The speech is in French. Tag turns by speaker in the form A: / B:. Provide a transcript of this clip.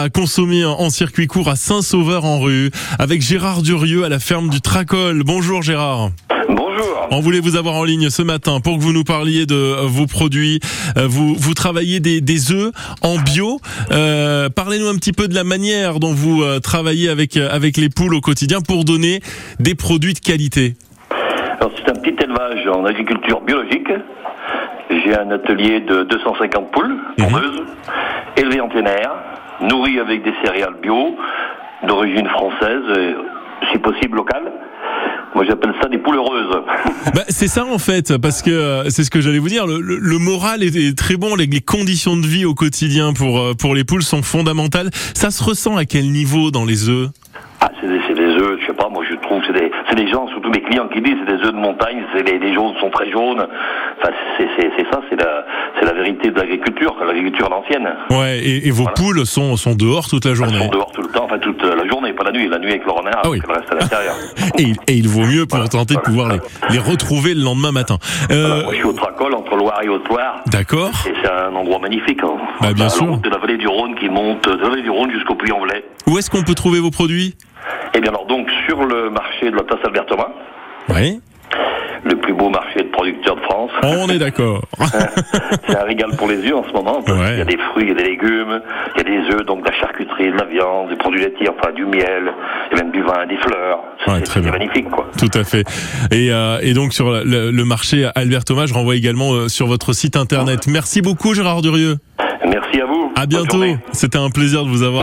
A: à consommer en circuit court à Saint-Sauveur-en-Rue avec Gérard Durieux à la ferme du Tracol. Bonjour Gérard.
B: Bonjour.
A: On voulait vous avoir en ligne ce matin pour que vous nous parliez de euh, vos produits. Euh, Vous, vous travaillez des, des œufs en bio. Euh, Parlez-nous un petit peu de la manière dont vous euh, travaillez avec, euh, avec les poules au quotidien pour donner des produits de qualité.
B: Alors c'est un petit élevage en agriculture biologique. J'ai un atelier de 250 poules pondeuses, élevées en plein air, nourries avec des céréales bio, d'origine française, et, si possible locale. Moi j'appelle ça des poules heureuses.
A: Bah, c'est ça en fait, parce que euh, c'est ce que j'allais vous dire. Le, le- le moral est, est très bon, les, les conditions de vie au quotidien pour euh, pour les poules sont fondamentales. Ça se ressent à quel niveau dans les œufs
B: Ah, c'est des, c'est des œufs, je sais pas, moi je trouve, c'est des, c'est des gens, surtout mes clients qui disent, c'est des œufs de montagne, c'est les, les jaunes sont très jaunes. Enfin, c'est, c'est- c'est ça, c'est la, c'est la vérité de l'agriculture, l'agriculture à l'ancienne.
A: Ouais, et, et vos poules sont sont dehors toute la
B: Ils sont
A: journée.
B: dehors tout le temps, enfin toute la journée, pas la nuit, la nuit avec le renard,
A: Ah oui.
B: elle reste à l'intérieur.
A: Et, il- et il vaut mieux pour tenter de pouvoir les, les retrouver le lendemain matin. Euh,
B: Voilà, moi, je suis au Tracol, entre Loire et Haute-Loire.
A: D'accord.
B: Et c'est un endroit magnifique. hein.
A: Bah, bien
B: La
A: sûr.
B: route De la vallée du Rhône qui monte, de la vallée du Rhône jusqu'au Puy-en-Velay.
A: Où est-ce qu'on peut trouver vos produits
B: Et bien alors donc, sur le marché de la place Albert Thomas,
A: Oui.
B: le plus beau marché de producteurs de France,
A: On est d'accord.
B: c'est un régal pour les yeux en ce moment. parce
A: Ouais.
B: qu'il y a des fruits, il y a des légumes, il y a des œufs, donc de la charcuterie, de la viande, des produits laitiers, enfin du miel, et même du vin, des fleurs. C'est
A: Ouais, très
B: c'est
A: bien.
B: magnifique quoi.
A: Tout à fait. Et, euh, et donc sur la- le, le marché Albert Thomas, je renvoie également euh, sur votre
B: Ah.
A: site internet. Merci beaucoup Gérard Durieux.
B: Merci à vous.
A: À
B: Bonne journée.
A: bientôt. C'était un plaisir de vous avoir.